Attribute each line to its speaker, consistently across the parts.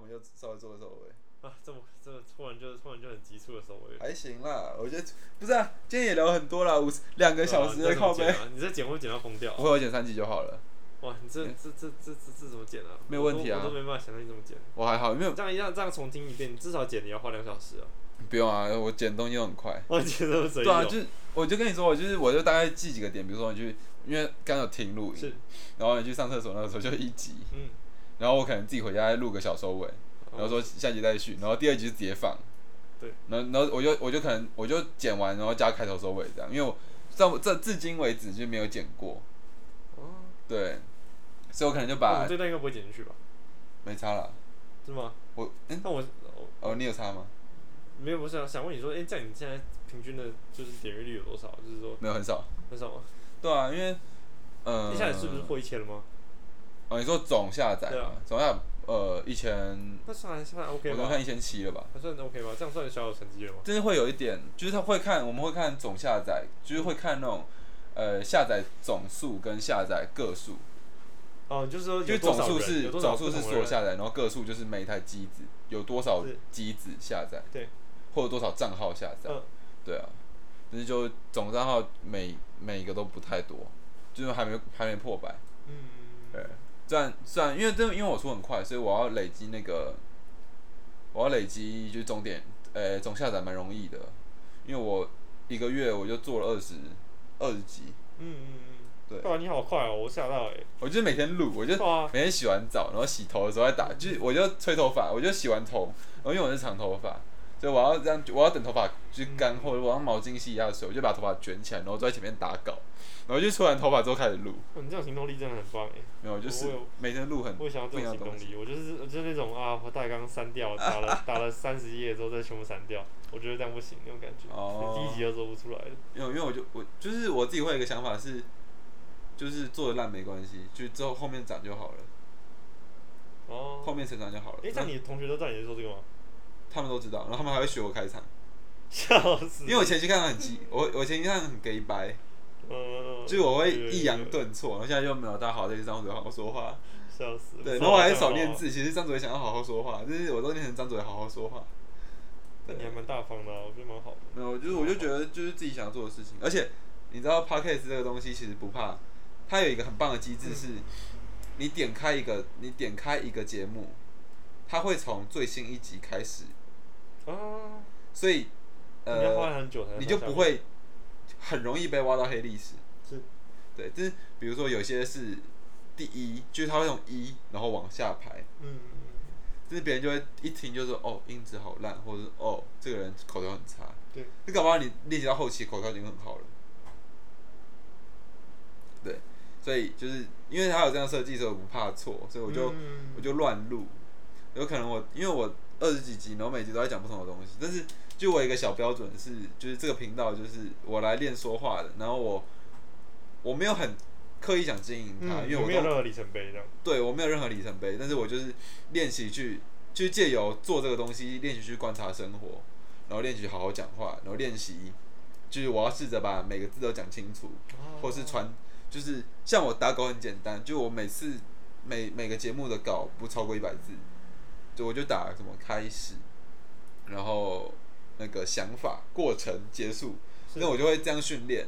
Speaker 1: 们就稍微做个收尾。
Speaker 2: 啊，这么这么突然就突然就很急促的收尾。
Speaker 1: 还行啦，我觉得不是啊，今天也聊很多啦，五十两个小时的
Speaker 2: 对啊你这怎么
Speaker 1: 靠
Speaker 2: 剪
Speaker 1: 背，
Speaker 2: 啊你这剪会剪到疯掉啊
Speaker 1: 不。会我剪三集就好了，
Speaker 2: 哇，你这这这这这这怎么剪啊？
Speaker 1: 没有问题啊
Speaker 2: 我都我都没办法想象你怎么剪。
Speaker 1: 我还好，没有
Speaker 2: 这样一样这样重听一遍，你至少剪你要花两小时啊。
Speaker 1: 不用啊，我剪东西都很快。
Speaker 2: 我剪得随意
Speaker 1: 对啊，
Speaker 2: 哦。
Speaker 1: 就是我就跟你说，我就是我就大概记几个点，比如说你去，因为刚刚有听录音，
Speaker 2: 是，
Speaker 1: 然后你去上厕所那个时候就一集，
Speaker 2: 嗯，
Speaker 1: 然后我可能自己回家再录个小收尾，
Speaker 2: 哦
Speaker 1: 然后说下集再续，然后第二集就直接放，
Speaker 2: 对，
Speaker 1: 然后然后我就我就可能我就剪完，然后加开头收尾这样，因为我在我这至今为止就没有剪过，
Speaker 2: 哦，
Speaker 1: 对，所以我可能就
Speaker 2: 我
Speaker 1: 把
Speaker 2: 们这段应该不会剪进去吧？
Speaker 1: 没差了，
Speaker 2: 是吗？
Speaker 1: 我嗯
Speaker 2: 但我我
Speaker 1: 哦你有差吗？
Speaker 2: 没有，我想想问你说，哎、这样你现在平均的就是点阅率有多少？就是说
Speaker 1: 没有很少，
Speaker 2: 很少吗？
Speaker 1: 对啊，因为嗯，
Speaker 2: 接下来是不是破一千了吗？
Speaker 1: 哦你说总下载
Speaker 2: 对啊
Speaker 1: 嘛，总下载呃一千。
Speaker 2: 那算还算还
Speaker 1: 我
Speaker 2: OK
Speaker 1: 都
Speaker 2: 吧？
Speaker 1: 看一千七了吧，
Speaker 2: 还算 OK 吧？这样算小有成绩了吗？
Speaker 1: 真的会有一点，就是他会看，我们会看总下载，就是会看那种呃下载总数跟下载个数，
Speaker 2: 哦，就是说
Speaker 1: 因为
Speaker 2: 有
Speaker 1: 总
Speaker 2: 多少
Speaker 1: 数
Speaker 2: 人
Speaker 1: 是
Speaker 2: 有多少
Speaker 1: 总数是
Speaker 2: 不同
Speaker 1: 所
Speaker 2: 的
Speaker 1: 有
Speaker 2: 人
Speaker 1: 下载，然后个数就是每一台机子有多少
Speaker 2: 是
Speaker 1: 机子下载，
Speaker 2: 对，
Speaker 1: 或者多少账号下载，
Speaker 2: 嗯
Speaker 1: 对啊，就是就总账号每每一个都不太多，就是还没还没破百，
Speaker 2: 嗯，
Speaker 1: 对，虽然虽然因为这因为我出很快，所以我要累积那个，我要累积就是总点，呃、总下载蛮容易的，因为我一个月我就做了二十二十集，
Speaker 2: 嗯嗯嗯，
Speaker 1: 对
Speaker 2: 哇，你好快哦，我吓到哎、欸，
Speaker 1: 我就是每天录，我就
Speaker 2: 对啊，
Speaker 1: 每天洗完澡，然后洗头的时候再打，就是我就吹头发，我就洗完头，然后因为我是长头发，所以我要这样，我要等头发就是干，或者我用毛巾吸一下水，我就把头发卷起来，然后坐在前面打稿，然后就吹完头发之后开始录，
Speaker 2: 哇你这种行动力真的很棒哎、
Speaker 1: 没有，就是
Speaker 2: 我有
Speaker 1: 每天录很
Speaker 2: 我也想要
Speaker 1: 不
Speaker 2: 这
Speaker 1: 一
Speaker 2: 种
Speaker 1: 样的
Speaker 2: 行
Speaker 1: 东
Speaker 2: 动
Speaker 1: 西。
Speaker 2: 力，我就是我就是那种啊，我大纲删掉，打了打了三十页之后再全部删掉，我觉得这样不行那种感觉，
Speaker 1: 哦
Speaker 2: 第一集就做不出来了。
Speaker 1: 因为因为我就我就是我自己会有一个想法是，就是做的烂没关系，就之后后面涨就好了，
Speaker 2: 哦，
Speaker 1: 后面成长就好了。
Speaker 2: 哎、像你同学都知道你在做这个吗？
Speaker 1: 他们都知道，然后他们还会学我开场，
Speaker 2: 笑 死！
Speaker 1: 因为我前期看到很急，我我前期看得很 gay 白，
Speaker 2: 嗯，
Speaker 1: 就是我会抑扬
Speaker 2: 对，
Speaker 1: 顿挫，然后现在就没有大家好在张嘴好好说话，
Speaker 2: 笑死。
Speaker 1: 对，哦然
Speaker 2: 不错
Speaker 1: 后我还
Speaker 2: 这样
Speaker 1: 少
Speaker 2: 好
Speaker 1: 练字，其实张嘴想要好好说话，就是我都念成张嘴好好说话，
Speaker 2: 那你还蛮大方的啊、我觉得蛮好的。
Speaker 1: 没有，就是我就觉得就是自己想要做的事情，而且你知道 podcast 这个东西其实不怕，它有一个很棒的机制是，你点开一个你点开一个节目，它会从最新一集开始，
Speaker 2: 啊，
Speaker 1: 所以
Speaker 2: 你要花
Speaker 1: 呃
Speaker 2: 很久才能
Speaker 1: 你就
Speaker 2: 上下
Speaker 1: 不会很容易被挖到黑历史，
Speaker 2: 是
Speaker 1: 对，就是比如说有些是第一，就是它会从一然后往下排，
Speaker 2: 嗯嗯嗯
Speaker 1: 就是别人就会一听就说哦音质好烂，或者是哦这个人口条很差，
Speaker 2: 对，
Speaker 1: 你搞不好你练习到后期口条已经很好了。对，所以就是因为他有这样设计，所以我不怕错，所以我就、
Speaker 2: 嗯
Speaker 1: 我就乱录，有可能我因为我二十几集，然后每集都在讲不同的东西，但是就我有一个小标准是，就是这个频道就是我来练说话的，然后我我没有很刻意想经营它，
Speaker 2: 嗯
Speaker 1: 啊因为
Speaker 2: 有
Speaker 1: 我
Speaker 2: 没有
Speaker 1: 都
Speaker 2: 任何里程碑这样。
Speaker 1: 对我没有任何里程碑，但是我就是练习去，就是借由做这个东西，练习去观察生活，然后练习好好讲话，然后练习，就是我要试着把每个字都讲清楚，哦或
Speaker 2: 哦
Speaker 1: 是传，就是像我打稿很简单，就我每次每每个节目的稿不超过一百字，就我就打什么开始，然后那个想法、过程、结束，
Speaker 2: 是
Speaker 1: 那我就会这样训练。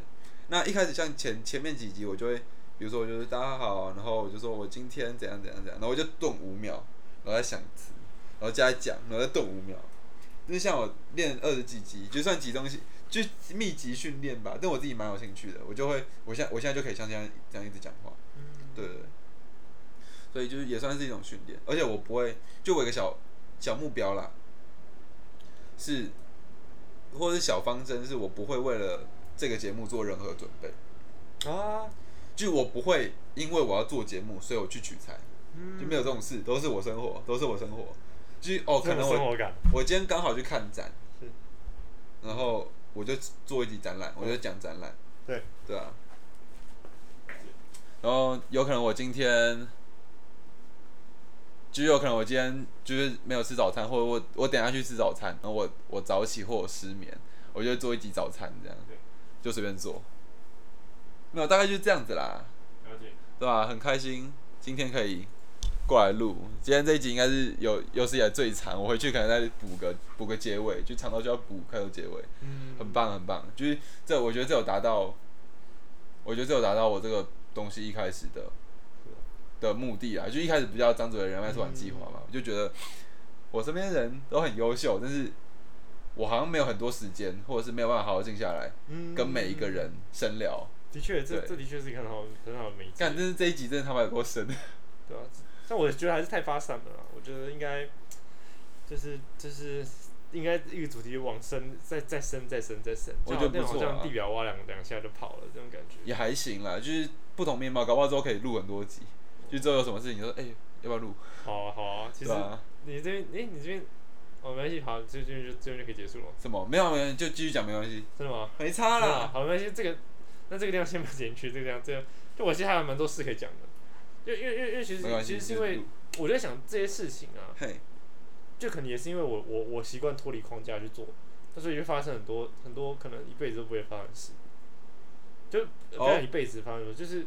Speaker 1: 那一开始像前前面几集，我就会，比如说我就是大家好，然后我就说我今天怎样怎样怎样，然后我就顿五秒，然后再想词，然后再讲，然后再顿五秒。就是像我练二十几集，就算集中性，就密集训练吧。但我自己蛮有兴趣的，我就会，我现在我现在就可以像这样这样一直讲话，
Speaker 2: 嗯
Speaker 1: 对对对。所以就是也算是一种训练，而且我不会，就我有一个小小目标啦，是或者是小方针，是我不会为了这个节目做任何准备，
Speaker 2: 啊，
Speaker 1: 就我不会因为我要做节目，所以我去取材，
Speaker 2: 嗯
Speaker 1: 就没有这种事，都是我生活，都是我生活。就是哦，可
Speaker 2: 这
Speaker 1: 能
Speaker 2: 种
Speaker 1: 我
Speaker 2: 生活感。
Speaker 1: 我今天刚好去看展
Speaker 2: 是，
Speaker 1: 然后我就做一集展览，我就讲展览，
Speaker 2: 嗯对，
Speaker 1: 对啊。然后有可能我今天，就是有可能我今天就是没有吃早餐，或者我我等一下去吃早餐，然后我我早起或我失眠，我就做一集早餐这样
Speaker 2: 对，
Speaker 1: 就随便做。没有，大概就是这样子啦，
Speaker 2: 了解。
Speaker 1: 对吧、很开心今天可以过来录。今天这一集应该是有有史以来最长，我回去可能再补个补个结尾，就长到就要补开头结尾，
Speaker 2: 嗯，
Speaker 1: 很棒很棒。就是这，我觉得这有达到，我觉得这有达到我这个东西一开始的的目的啊。就一开始不叫张主任人脉拓展计划嘛，我就觉得我身边的人都很优秀，但是我好像没有很多时间，或者是没有办法好好静下来
Speaker 2: 嗯
Speaker 1: 跟每一个人深聊。
Speaker 2: 的确，这
Speaker 1: 对
Speaker 2: 这的确是一个很好很好的媒介
Speaker 1: 干，，真是这一集真的他妈有够深。
Speaker 2: 对啊，但我觉得还是太发散了啦，我觉得应该就是就是应该一个主题往深再再深再深再深，
Speaker 1: 我觉得
Speaker 2: 就
Speaker 1: 不
Speaker 2: 好
Speaker 1: 错啊
Speaker 2: 那种好像地表挖两两下就跑了这种感觉。
Speaker 1: 也还行啦，就是不同面貌，搞不好之后可以录很多集。就之后有什么事情，你说哎、要不要录？
Speaker 2: 好啊好啊，其
Speaker 1: 对
Speaker 2: 实
Speaker 1: 吧？
Speaker 2: 你这边诶，你这边哦没关系，好，这这边就这边就可以结束了，
Speaker 1: 什么没有没有，就继续讲没关系，
Speaker 2: 真的吗？
Speaker 1: 没差
Speaker 2: 真的啊
Speaker 1: 啦。
Speaker 2: 好，没关系，这个那这个地方先不要剪去，这个地方这个就我其实还有蛮多事可以讲的，因为因为因为因为其
Speaker 1: 没关
Speaker 2: 实
Speaker 1: 系，
Speaker 2: 其实是因
Speaker 1: 就
Speaker 2: 为
Speaker 1: 录
Speaker 2: 我在想这些事情啊，
Speaker 1: 嘿，
Speaker 2: 就可能也是因为我我我习惯脱离框架去做，但是也会发生很多很多可能一辈子都不会发生的事，就呃
Speaker 1: 哦
Speaker 2: 不要一辈子发生的事，就是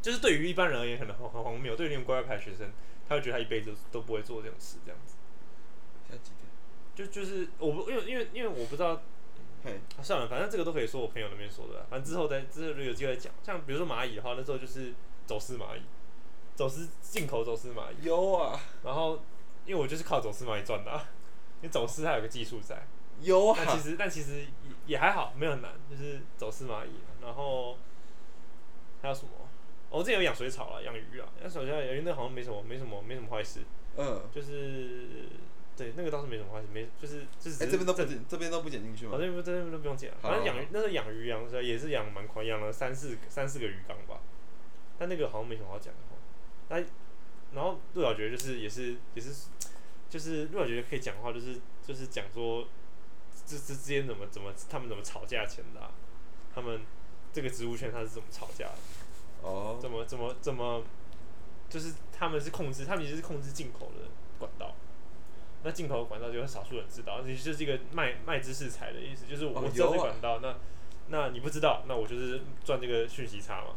Speaker 2: 就是对于一般人而言可能很很荒谬，对于那种乖乖牌学生，他会觉得他一辈子都不会做这种事，这样子，
Speaker 1: 现在几点？
Speaker 2: 就就是我不因为因为因为我不知道
Speaker 1: 嘿，
Speaker 2: 啊算了，反正这个都可以说我朋友那边说的啦，啊反正之后再之后如果有机会再讲，像比如说蚂蚁的话，那时候就是走私蚂蚁，走私进口走私蚂蚁。
Speaker 1: 有啊，
Speaker 2: 然后因为我就是靠走私蚂蚁赚的、啊，因为走私它有个技术在，
Speaker 1: 有
Speaker 2: 但其
Speaker 1: 啊，
Speaker 2: 实但其实也也还好，没有很难，就是走私蚂蚁，啊然后还有什么？我、之前有养水草啊，养鱼啊，但水草养鱼那好像没什么没什么没什么坏事，
Speaker 1: 嗯，
Speaker 2: 就是对那个倒是没什么坏事，没就是就是
Speaker 1: 哎、这边都不
Speaker 2: 正
Speaker 1: 剪，这边都不剪进去吗？
Speaker 2: 反正不，这边都不用讲。
Speaker 1: 好
Speaker 2: 反正养鱼，那时候养鱼养的也是养蛮快，养了三四三四个鱼缸吧。但那个好像没什么好讲的哈。那然后陆小觉就是也是也是就是陆小觉可以讲话，就是就是讲说这这之间怎么怎么他们怎么吵架钱的、啊，他们这个植物圈他是怎么吵架的，
Speaker 1: 哦，
Speaker 2: 怎么怎么怎么就是他们是控制，他们其实是控制进口的管道。那进口的管道就有少数人知道，其实就是一个卖卖知识财的意思，就是我
Speaker 1: 哦
Speaker 2: 我知道这
Speaker 1: 有
Speaker 2: 个
Speaker 1: 啊
Speaker 2: 管道，那那你不知道，那我就是赚这个讯息差嘛。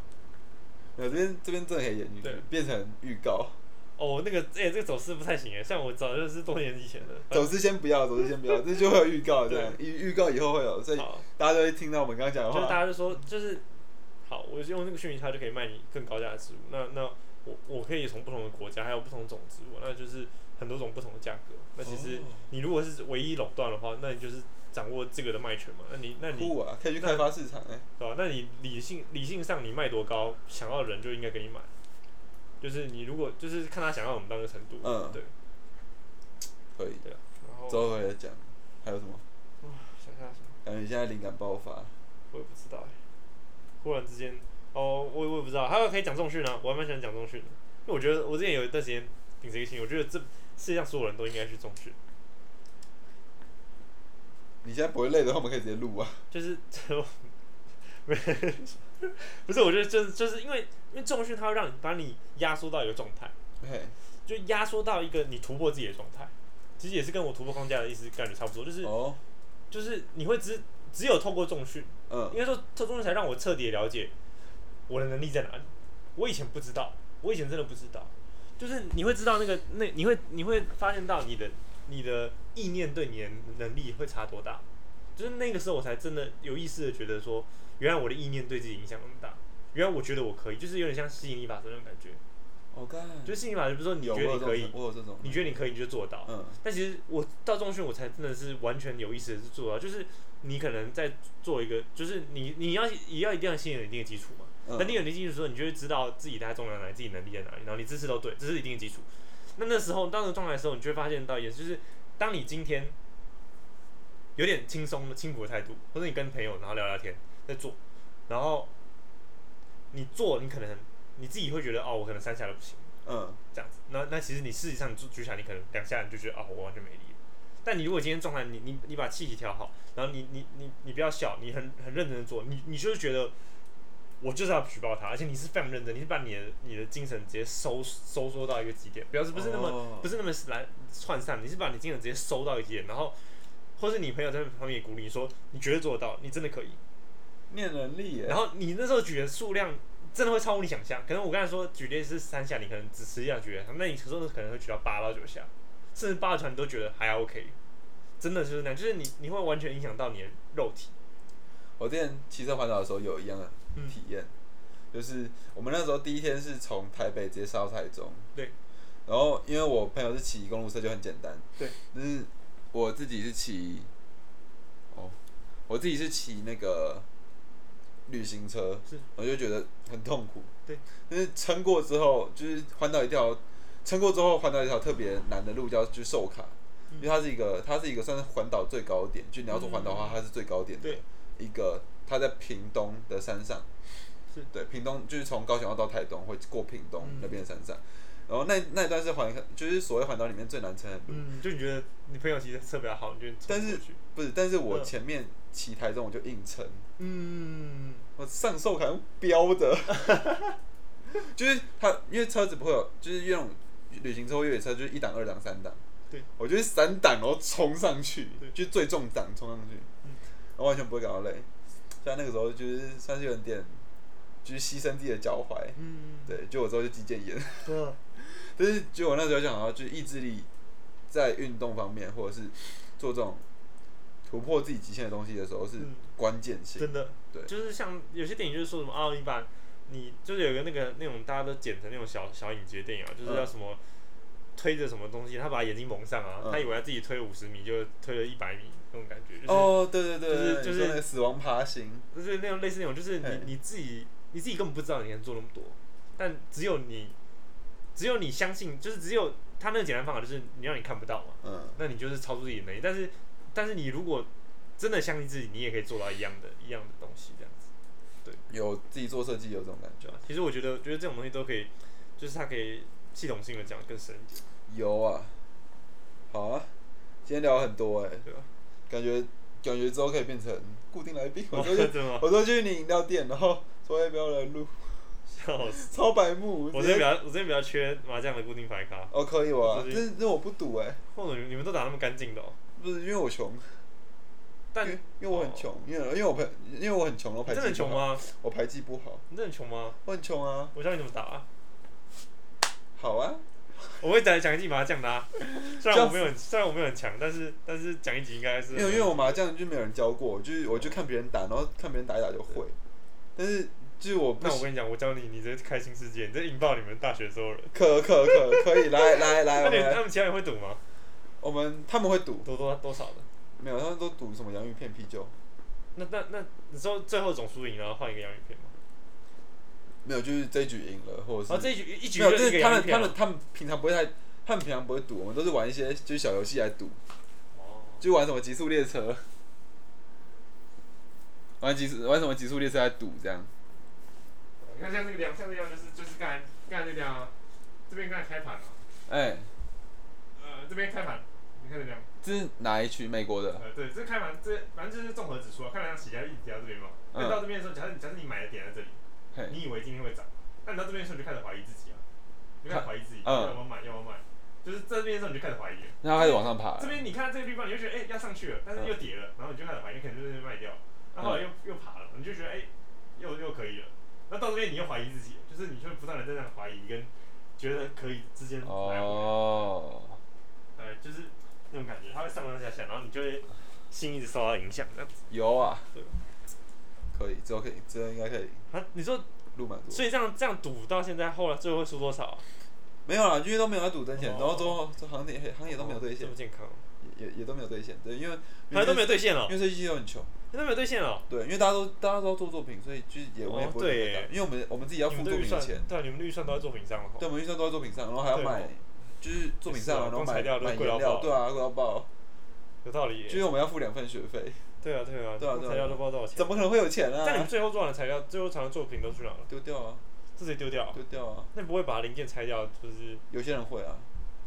Speaker 1: 没有这边这边真的可以剪进去
Speaker 2: 对，
Speaker 1: 变成预告。
Speaker 2: 哦，那个哎、这个走势不太行哎，像我早就是多年以前的。
Speaker 1: 走之先不要，走之先不要，这就会有预告，这样预预告以后会有，所以
Speaker 2: 好，
Speaker 1: 大家都会听到我们刚刚讲的
Speaker 2: 就是
Speaker 1: 话。
Speaker 2: 大家就说，就是好，我就用这个讯息差就可以卖你更高价的植物。那那我我可以从不同的国家，还有不同种植物，那就是很多种不同的价格。那其实
Speaker 1: 哦
Speaker 2: 你如果是唯一垄断的话，那你就是掌握这个的卖权嘛。那你那你
Speaker 1: 酷啊，可以去开发市场哎、
Speaker 2: 对吧、那你理性理性上你卖多高，想要的人就应该给你买。就是你如果就是看他想要我们到那个程度，
Speaker 1: 嗯
Speaker 2: 对。
Speaker 1: 可以。
Speaker 2: 然后
Speaker 1: 之后回来讲，还有什么？
Speaker 2: 想一下什么，
Speaker 1: 感觉哎现在灵感爆发。
Speaker 2: 我也不知道哎。忽然之间，哦，我我也不知道，还有可以讲重训啊，我还蛮喜欢讲重训的，因为我觉得我之前有一段时间秉持一个心，我觉得这世界上所有人都应该去重训，
Speaker 1: 你现在不会累的话，我们可以直接录啊。
Speaker 2: 就是 没不是，我觉得就是就是因为因为重训它会让你把你压缩到一个状态。
Speaker 1: 嘿，
Speaker 2: 就压缩到一个你突破自己的状态，其实也是跟我突破框架的意思感觉差不多，就是
Speaker 1: 哦，
Speaker 2: 就是你会只只有透过重训，
Speaker 1: 嗯
Speaker 2: 应，该说透过重训才让我彻底了解我的能力在哪里，我以前不知道，我以前真的不知道，就是你会知道那个那你会你会发现到你的你的意念对你的能力会差多大，就是那个时候我才真的有意识的觉得说，原来我的意念对自己影响那么大，原来我觉得我可以，就是有点像吸引力法则那种感觉，
Speaker 1: 我哦干，
Speaker 2: 就是吸引力法则不是说你
Speaker 1: 有
Speaker 2: 觉
Speaker 1: 我有
Speaker 2: 得你
Speaker 1: 这
Speaker 2: 可以
Speaker 1: 种，。我有这种，
Speaker 2: 你觉得你可以，你就做到。
Speaker 1: 嗯，
Speaker 2: 但其实我到中训，我才真的是完全有意识的去做到，就是你可能在做一个，就是你你要也要一定要先有一定的基础嘛。
Speaker 1: 嗯
Speaker 2: 那你有一定的基础之后，你就会知道自己大概重量哪里，自己能力在哪里，然后你姿势都对，这是一定的基础。那那时候到那个状态的时候，你就会发现到，也就是当你今天有点轻松的轻浮的态度，或者你跟朋友然后聊聊天在做，然后你做，你可能你自己会觉得哦，我可能三下都不行。
Speaker 1: 嗯，
Speaker 2: 这样子。那那其实你事实上你举举起来，你可能两下你就觉得啊、我完全没力了。但你如果今天状态，你你你把气息调好，然后你你你你不要笑，你很很认真的做，你你就是觉得我就是要举报他，而且你是非常认真，你是把你的你的精神直接收收缩到一个极点，不要是不是那么、
Speaker 1: 哦
Speaker 2: 不是那么来涣散，你是把你精神直接收到一个极点，然后或是你朋友在旁边也鼓励你说你绝对做得到，你真的可以，
Speaker 1: 念能力耶
Speaker 2: 然，后你那时候举的数量真的会超乎你想象。可能我刚才说举例是三下，你可能只吃一下举例，那你真的可能会举到八到九下，甚至八到九下你都觉得还 OK。真的就是那样，就是你你会完全影响到你的肉体。
Speaker 1: 我之前骑车环岛的时候有一样的
Speaker 2: 嗯
Speaker 1: 体验，就是我们那时候第一天是从台北直接杀到台中，
Speaker 2: 对，
Speaker 1: 然后因为我朋友是骑公路车就很简单，
Speaker 2: 对，
Speaker 1: 就是我自己是骑，哦，我自己是骑那个旅行车，
Speaker 2: 是，
Speaker 1: 我就觉得很痛苦，
Speaker 2: 对，
Speaker 1: 但是撑过之后，就是环岛一条，撑过之后环岛一条特别难的路叫就是寿卡。
Speaker 2: 嗯
Speaker 1: 因为它是一个，它是一个算是环岛最高点，就你要走环岛
Speaker 2: 嗯
Speaker 1: 的话，它是最高点的
Speaker 2: 对
Speaker 1: 一个，它在屏东的山上，
Speaker 2: 是
Speaker 1: 对，屏东就是从高雄要到台东，会过屏东
Speaker 2: 嗯
Speaker 1: 那边的山上，然后那那一段是环，就是所谓环岛里面最难撑的路，
Speaker 2: 嗯，就你觉得你朋友骑的车比较好，你就冲
Speaker 1: 但是
Speaker 2: 过去
Speaker 1: 不是，但是我
Speaker 2: 嗯
Speaker 1: 前面骑台中我就硬撑，
Speaker 2: 嗯，
Speaker 1: 我上寿卡用飙的，就是它因为车子不会有，就是那种旅行车或越野车就是一档、二档、三档，
Speaker 2: 对，
Speaker 1: 我就是三档然后冲上去
Speaker 2: 对，
Speaker 1: 就最重档冲上去，
Speaker 2: 嗯
Speaker 1: 然后完全不会感到累，像那个时候就是算是有点就是牺牲自己的脚踝，
Speaker 2: 嗯，
Speaker 1: 哎对，就我之后就肌腱炎，
Speaker 2: 嗯，
Speaker 1: 但是就我那时候想到就是意志力在运动方面或者是做这种突破自己极限的东西的时候是
Speaker 2: 嗯
Speaker 1: 关键性，
Speaker 2: 真的，
Speaker 1: 对
Speaker 2: 就是像有些电影就是说什么啊，你把你就是有一个那个那种大家都剪成那种小小影集的电影啊，就是
Speaker 1: 嗯
Speaker 2: 要什么推着什么东西，他把眼睛蒙上啊，
Speaker 1: 嗯
Speaker 2: 他以为他自己推五十米，就推了一百米那种感觉，就是、
Speaker 1: 哦，对对对
Speaker 2: 就是
Speaker 1: 对，
Speaker 2: 就
Speaker 1: 你
Speaker 2: 是
Speaker 1: 说那个死亡爬行。
Speaker 2: 就是那种类似那种，就是
Speaker 1: 嘿
Speaker 2: 你你自己你自己根本不知道你能做那么多，但只有你只有你相信，就是只有他那个简单方法就是你让你看不到嘛，
Speaker 1: 嗯，
Speaker 2: 那你就是超出自己的能力，但是但是你如果真的相信自己，你也可以做到一样的一样的东西这样子。
Speaker 1: 有自己做设计有这种感觉
Speaker 2: 对。啊，其实我觉得，觉得这种东西都可以，就是它可以系统性的讲得更深一点，
Speaker 1: 有啊，好啊，今天聊很多哎、
Speaker 2: 对吧？
Speaker 1: 感觉感觉之后可以变成固定来 宾。我说去，
Speaker 2: 真的吗？
Speaker 1: 我说去你饮料店，然后 说要不要来录，
Speaker 2: 笑死！
Speaker 1: 超白目。
Speaker 2: 我
Speaker 1: 直
Speaker 2: 这边比
Speaker 1: 接
Speaker 2: 较，我这边比较缺麻将的固定牌卡。
Speaker 1: 哦，可以哇，
Speaker 2: 我
Speaker 1: 这
Speaker 2: 最
Speaker 1: 这我不赌哎、
Speaker 2: 或者你们都打那么干净的哦，
Speaker 1: 不是因为我穷，
Speaker 2: 但
Speaker 1: 因为
Speaker 2: 你
Speaker 1: 因为我很穷，因为因为我排因为我很穷，然后排
Speaker 2: 真的很
Speaker 1: 技
Speaker 2: 穷
Speaker 1: 不好，
Speaker 2: 吗？
Speaker 1: 我排技不好，
Speaker 2: 你真的很穷吗？
Speaker 1: 我很穷啊，
Speaker 2: 我教你怎么打啊！
Speaker 1: 好啊，
Speaker 2: 我会讲讲一集麻将 的啊，虽
Speaker 1: 这
Speaker 2: 然
Speaker 1: 样
Speaker 2: 我没有很，虽然我没有很强，但是但是讲一集应该是
Speaker 1: 因为因为我麻将就没有人教过，就是我就看别人打，然后看别人打一打就会，但是就是我不
Speaker 2: 那我跟你讲，我教你，你直接开新世界，你这引爆你们大学所有人。
Speaker 1: 可可可可以，来来来，
Speaker 2: 那
Speaker 1: 哎我
Speaker 2: 你
Speaker 1: 们
Speaker 2: 他
Speaker 1: 来
Speaker 2: 们其他人会赌吗？
Speaker 1: 我们他们会赌，
Speaker 2: 多多多少的？
Speaker 1: 没有，他们都赌什么洋芋片、啤酒，
Speaker 2: 那那那你说最后总输赢，然后换一个洋芋片吗？
Speaker 1: 没有，就是这一局赢了，或者是、
Speaker 2: 哦然后这一局一局
Speaker 1: 没有，
Speaker 2: 就
Speaker 1: 就
Speaker 2: 一个
Speaker 1: 是他
Speaker 2: 洋
Speaker 1: 们
Speaker 2: 芋片
Speaker 1: 他
Speaker 2: 啊
Speaker 1: 们他们平常不会太，他们平常不会赌，我们都是玩一些就是小游戏来赌，
Speaker 2: 哦
Speaker 1: 就玩什么极速列车，玩极速玩什么极速列车来赌这样，
Speaker 2: 你看像这个量，像这样就是就是刚才刚才这量啊，这边刚才开盘了、
Speaker 1: 哎、
Speaker 2: 呃，这边开盘，你看这量，
Speaker 1: 这是哪一区？美国的，
Speaker 2: 呃，对，这开盘这反正就是综合指数啊，看量起价一直跌到这边嘛，
Speaker 1: 嗯
Speaker 2: 那到这边的时候，假设假设你买的点在这里，
Speaker 1: 嘿，
Speaker 2: 你以为今天会涨，那你到这边的时候你就开始怀疑自己啊，你就开始怀疑自己，
Speaker 1: 嗯
Speaker 2: 要不要买，要不要买，就是在这边的时候你就开始怀疑了，
Speaker 1: 那它开始往上爬
Speaker 2: 这
Speaker 1: 了，
Speaker 2: 边你看这个地方你就觉得哎、要上去了，但是又跌了，然后你就开始怀疑，可能就是卖掉，然后后来又、又爬了，你就觉得哎、又又可以了，那到这边你又怀疑自己，就是你就不断的在那怀疑跟觉得可以之间来回，
Speaker 1: 哦，
Speaker 2: 呃，就是那种感觉，它会上上下下，然后你就会心一直受到影响这样子。
Speaker 1: 有啊
Speaker 2: 对，
Speaker 1: 可以，之后可以，之后应该可以
Speaker 2: 啊，你说，
Speaker 1: 录满多。
Speaker 2: 所以这样这样赌到现在，后来最后会输多少啊？
Speaker 1: 没有啦，因为都没有要赌真钱，
Speaker 2: 哦
Speaker 1: 然后之后这行业行哎业都没有兑
Speaker 2: 这
Speaker 1: 现
Speaker 2: 么，健康，
Speaker 1: 也也都没有兑现，对，因为
Speaker 2: 还都没哦有兑现
Speaker 1: 因
Speaker 2: 了，
Speaker 1: 为设计系都很穷，
Speaker 2: 都没有兑现哦了。
Speaker 1: 对，因为大家都大家都要做作品，所以就是也我们也
Speaker 2: 哦
Speaker 1: 不会
Speaker 2: 对
Speaker 1: 特别大
Speaker 2: 耶
Speaker 1: 因为我们我们自己要
Speaker 2: 你
Speaker 1: 付
Speaker 2: 们
Speaker 1: 作
Speaker 2: 的
Speaker 1: 品
Speaker 2: 预算
Speaker 1: 的钱，，
Speaker 2: 对啊，你们的预算都在作品上了哈。
Speaker 1: 对，我们预算都要作品上，然后还要
Speaker 2: 对
Speaker 1: 买就是作品上
Speaker 2: 是
Speaker 1: 啊，
Speaker 2: 啊
Speaker 1: 然后
Speaker 2: 光材
Speaker 1: 买
Speaker 2: 料都
Speaker 1: 买
Speaker 2: 贵
Speaker 1: 颜
Speaker 2: 到
Speaker 1: 料，
Speaker 2: 爆
Speaker 1: 对啊，贵到爆，
Speaker 2: 有道理耶。
Speaker 1: 就是我们要付两份学费，
Speaker 2: 对啊，对啊，
Speaker 1: 对啊
Speaker 2: 这
Speaker 1: 对啊
Speaker 2: 材料都不知道多少钱。
Speaker 1: 怎么可能会有钱
Speaker 2: 那你们
Speaker 1: 啊？
Speaker 2: 最后做完的材料，最后产的作品都去哪了？
Speaker 1: 丢掉啊，
Speaker 2: 自己丢掉？
Speaker 1: 丢掉啊，
Speaker 2: 那你不会把零件拆掉，就是
Speaker 1: 有些人会啊，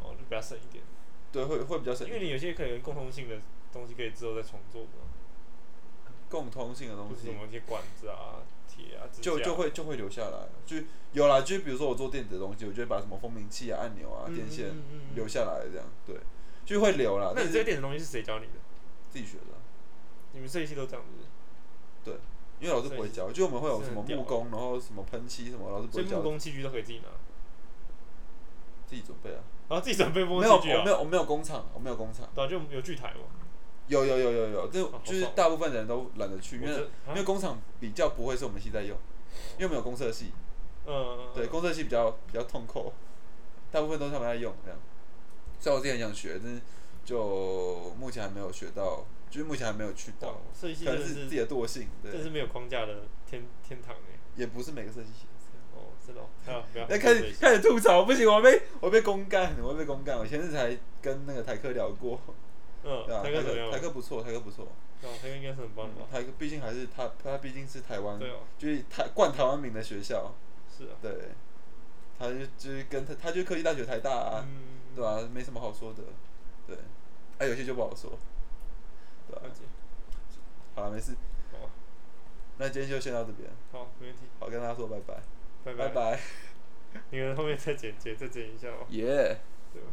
Speaker 2: 哦，就比较省一点，
Speaker 1: 对，会会比较省
Speaker 2: 因，为你有些可能共通性的东西可以之后再重做嘛，
Speaker 1: 共通性的东
Speaker 2: 就是什
Speaker 1: 西。
Speaker 2: 么一些管子啊、铁啊、支架
Speaker 1: 就就会就会留下来，啊就有啦，就是比如说我做电子的东西，我就会把什么蜂鸣器啊、按钮啊、电线
Speaker 2: 嗯嗯嗯嗯
Speaker 1: 留下来，这样对，就会留啦。
Speaker 2: 那
Speaker 1: 但
Speaker 2: 你
Speaker 1: 是
Speaker 2: 这个电子东西是谁教你的？
Speaker 1: 自己学的啊，
Speaker 2: 你们设计系都这样子？
Speaker 1: 对，因为老师不会教，就我们会有什么
Speaker 2: 真的
Speaker 1: 木
Speaker 2: 很屌
Speaker 1: 工，然后什么喷漆什么，老师不
Speaker 2: 所
Speaker 1: 会
Speaker 2: 以木
Speaker 1: 教，
Speaker 2: 工器具都可以自己拿，
Speaker 1: 自己准备啊。
Speaker 2: 然后自己准备木
Speaker 1: 没有，
Speaker 2: 工器具
Speaker 1: 我
Speaker 2: 啊
Speaker 1: 没，有，我没有工厂，我没有工厂。
Speaker 2: 对啊，就有锯台嘛，
Speaker 1: 有有有有有，这
Speaker 2: 啊好
Speaker 1: 就是
Speaker 2: 爽
Speaker 1: 大部分人都懒得去，因
Speaker 2: 我
Speaker 1: 为
Speaker 2: 这
Speaker 1: 因
Speaker 2: 啊
Speaker 1: 为工厂比较不会是我们系在用，因为我们有公社系，
Speaker 2: 嗯，
Speaker 1: 对，公社系比较比较痛苦，大部分都是他们在用这样。虽然我之前很想学，但是就目前还没有学到，就是目前还没有去
Speaker 2: 哇
Speaker 1: 到，，
Speaker 2: 嗯设计系
Speaker 1: 可
Speaker 2: 真
Speaker 1: 能
Speaker 2: 的
Speaker 1: 是自己
Speaker 2: 是
Speaker 1: 的惰性，
Speaker 2: 真
Speaker 1: 对，
Speaker 2: 是没有框架的天天堂哎，
Speaker 1: 也不是每个设计系都这样。
Speaker 2: 哦，真的哦，啊，不要，
Speaker 1: 那哎开始
Speaker 2: 对
Speaker 1: 开始吐槽，不行，我被我被公干，我被公干。我前阵子才跟那个台客聊过，
Speaker 2: 嗯，
Speaker 1: 对啊，
Speaker 2: 台
Speaker 1: 台
Speaker 2: 哥怎么
Speaker 1: 客
Speaker 2: 样？
Speaker 1: 台
Speaker 2: 对
Speaker 1: 客不错，台客不错，
Speaker 2: 啊，台哥应该是很棒的吧？
Speaker 1: 台客毕竟还是他他毕竟是台湾，
Speaker 2: 对哦，
Speaker 1: 就是台冠台湾名的学校，
Speaker 2: 是啊，
Speaker 1: 对，他就就是跟他他就科技大学台大啊，
Speaker 2: 嗯，
Speaker 1: 对吧、没什么好说的，对，啊有些就不好说，对啊吧、
Speaker 2: 了解，
Speaker 1: 好了，没事，
Speaker 2: 好啊，
Speaker 1: 那今天就先到这边，
Speaker 2: 好，没问题，
Speaker 1: 好跟大家说拜拜，
Speaker 2: 拜
Speaker 1: 拜
Speaker 2: 拜，
Speaker 1: 拜，
Speaker 2: 你们后面再剪接，再剪一下哦，
Speaker 1: 耶。
Speaker 2: 对吧？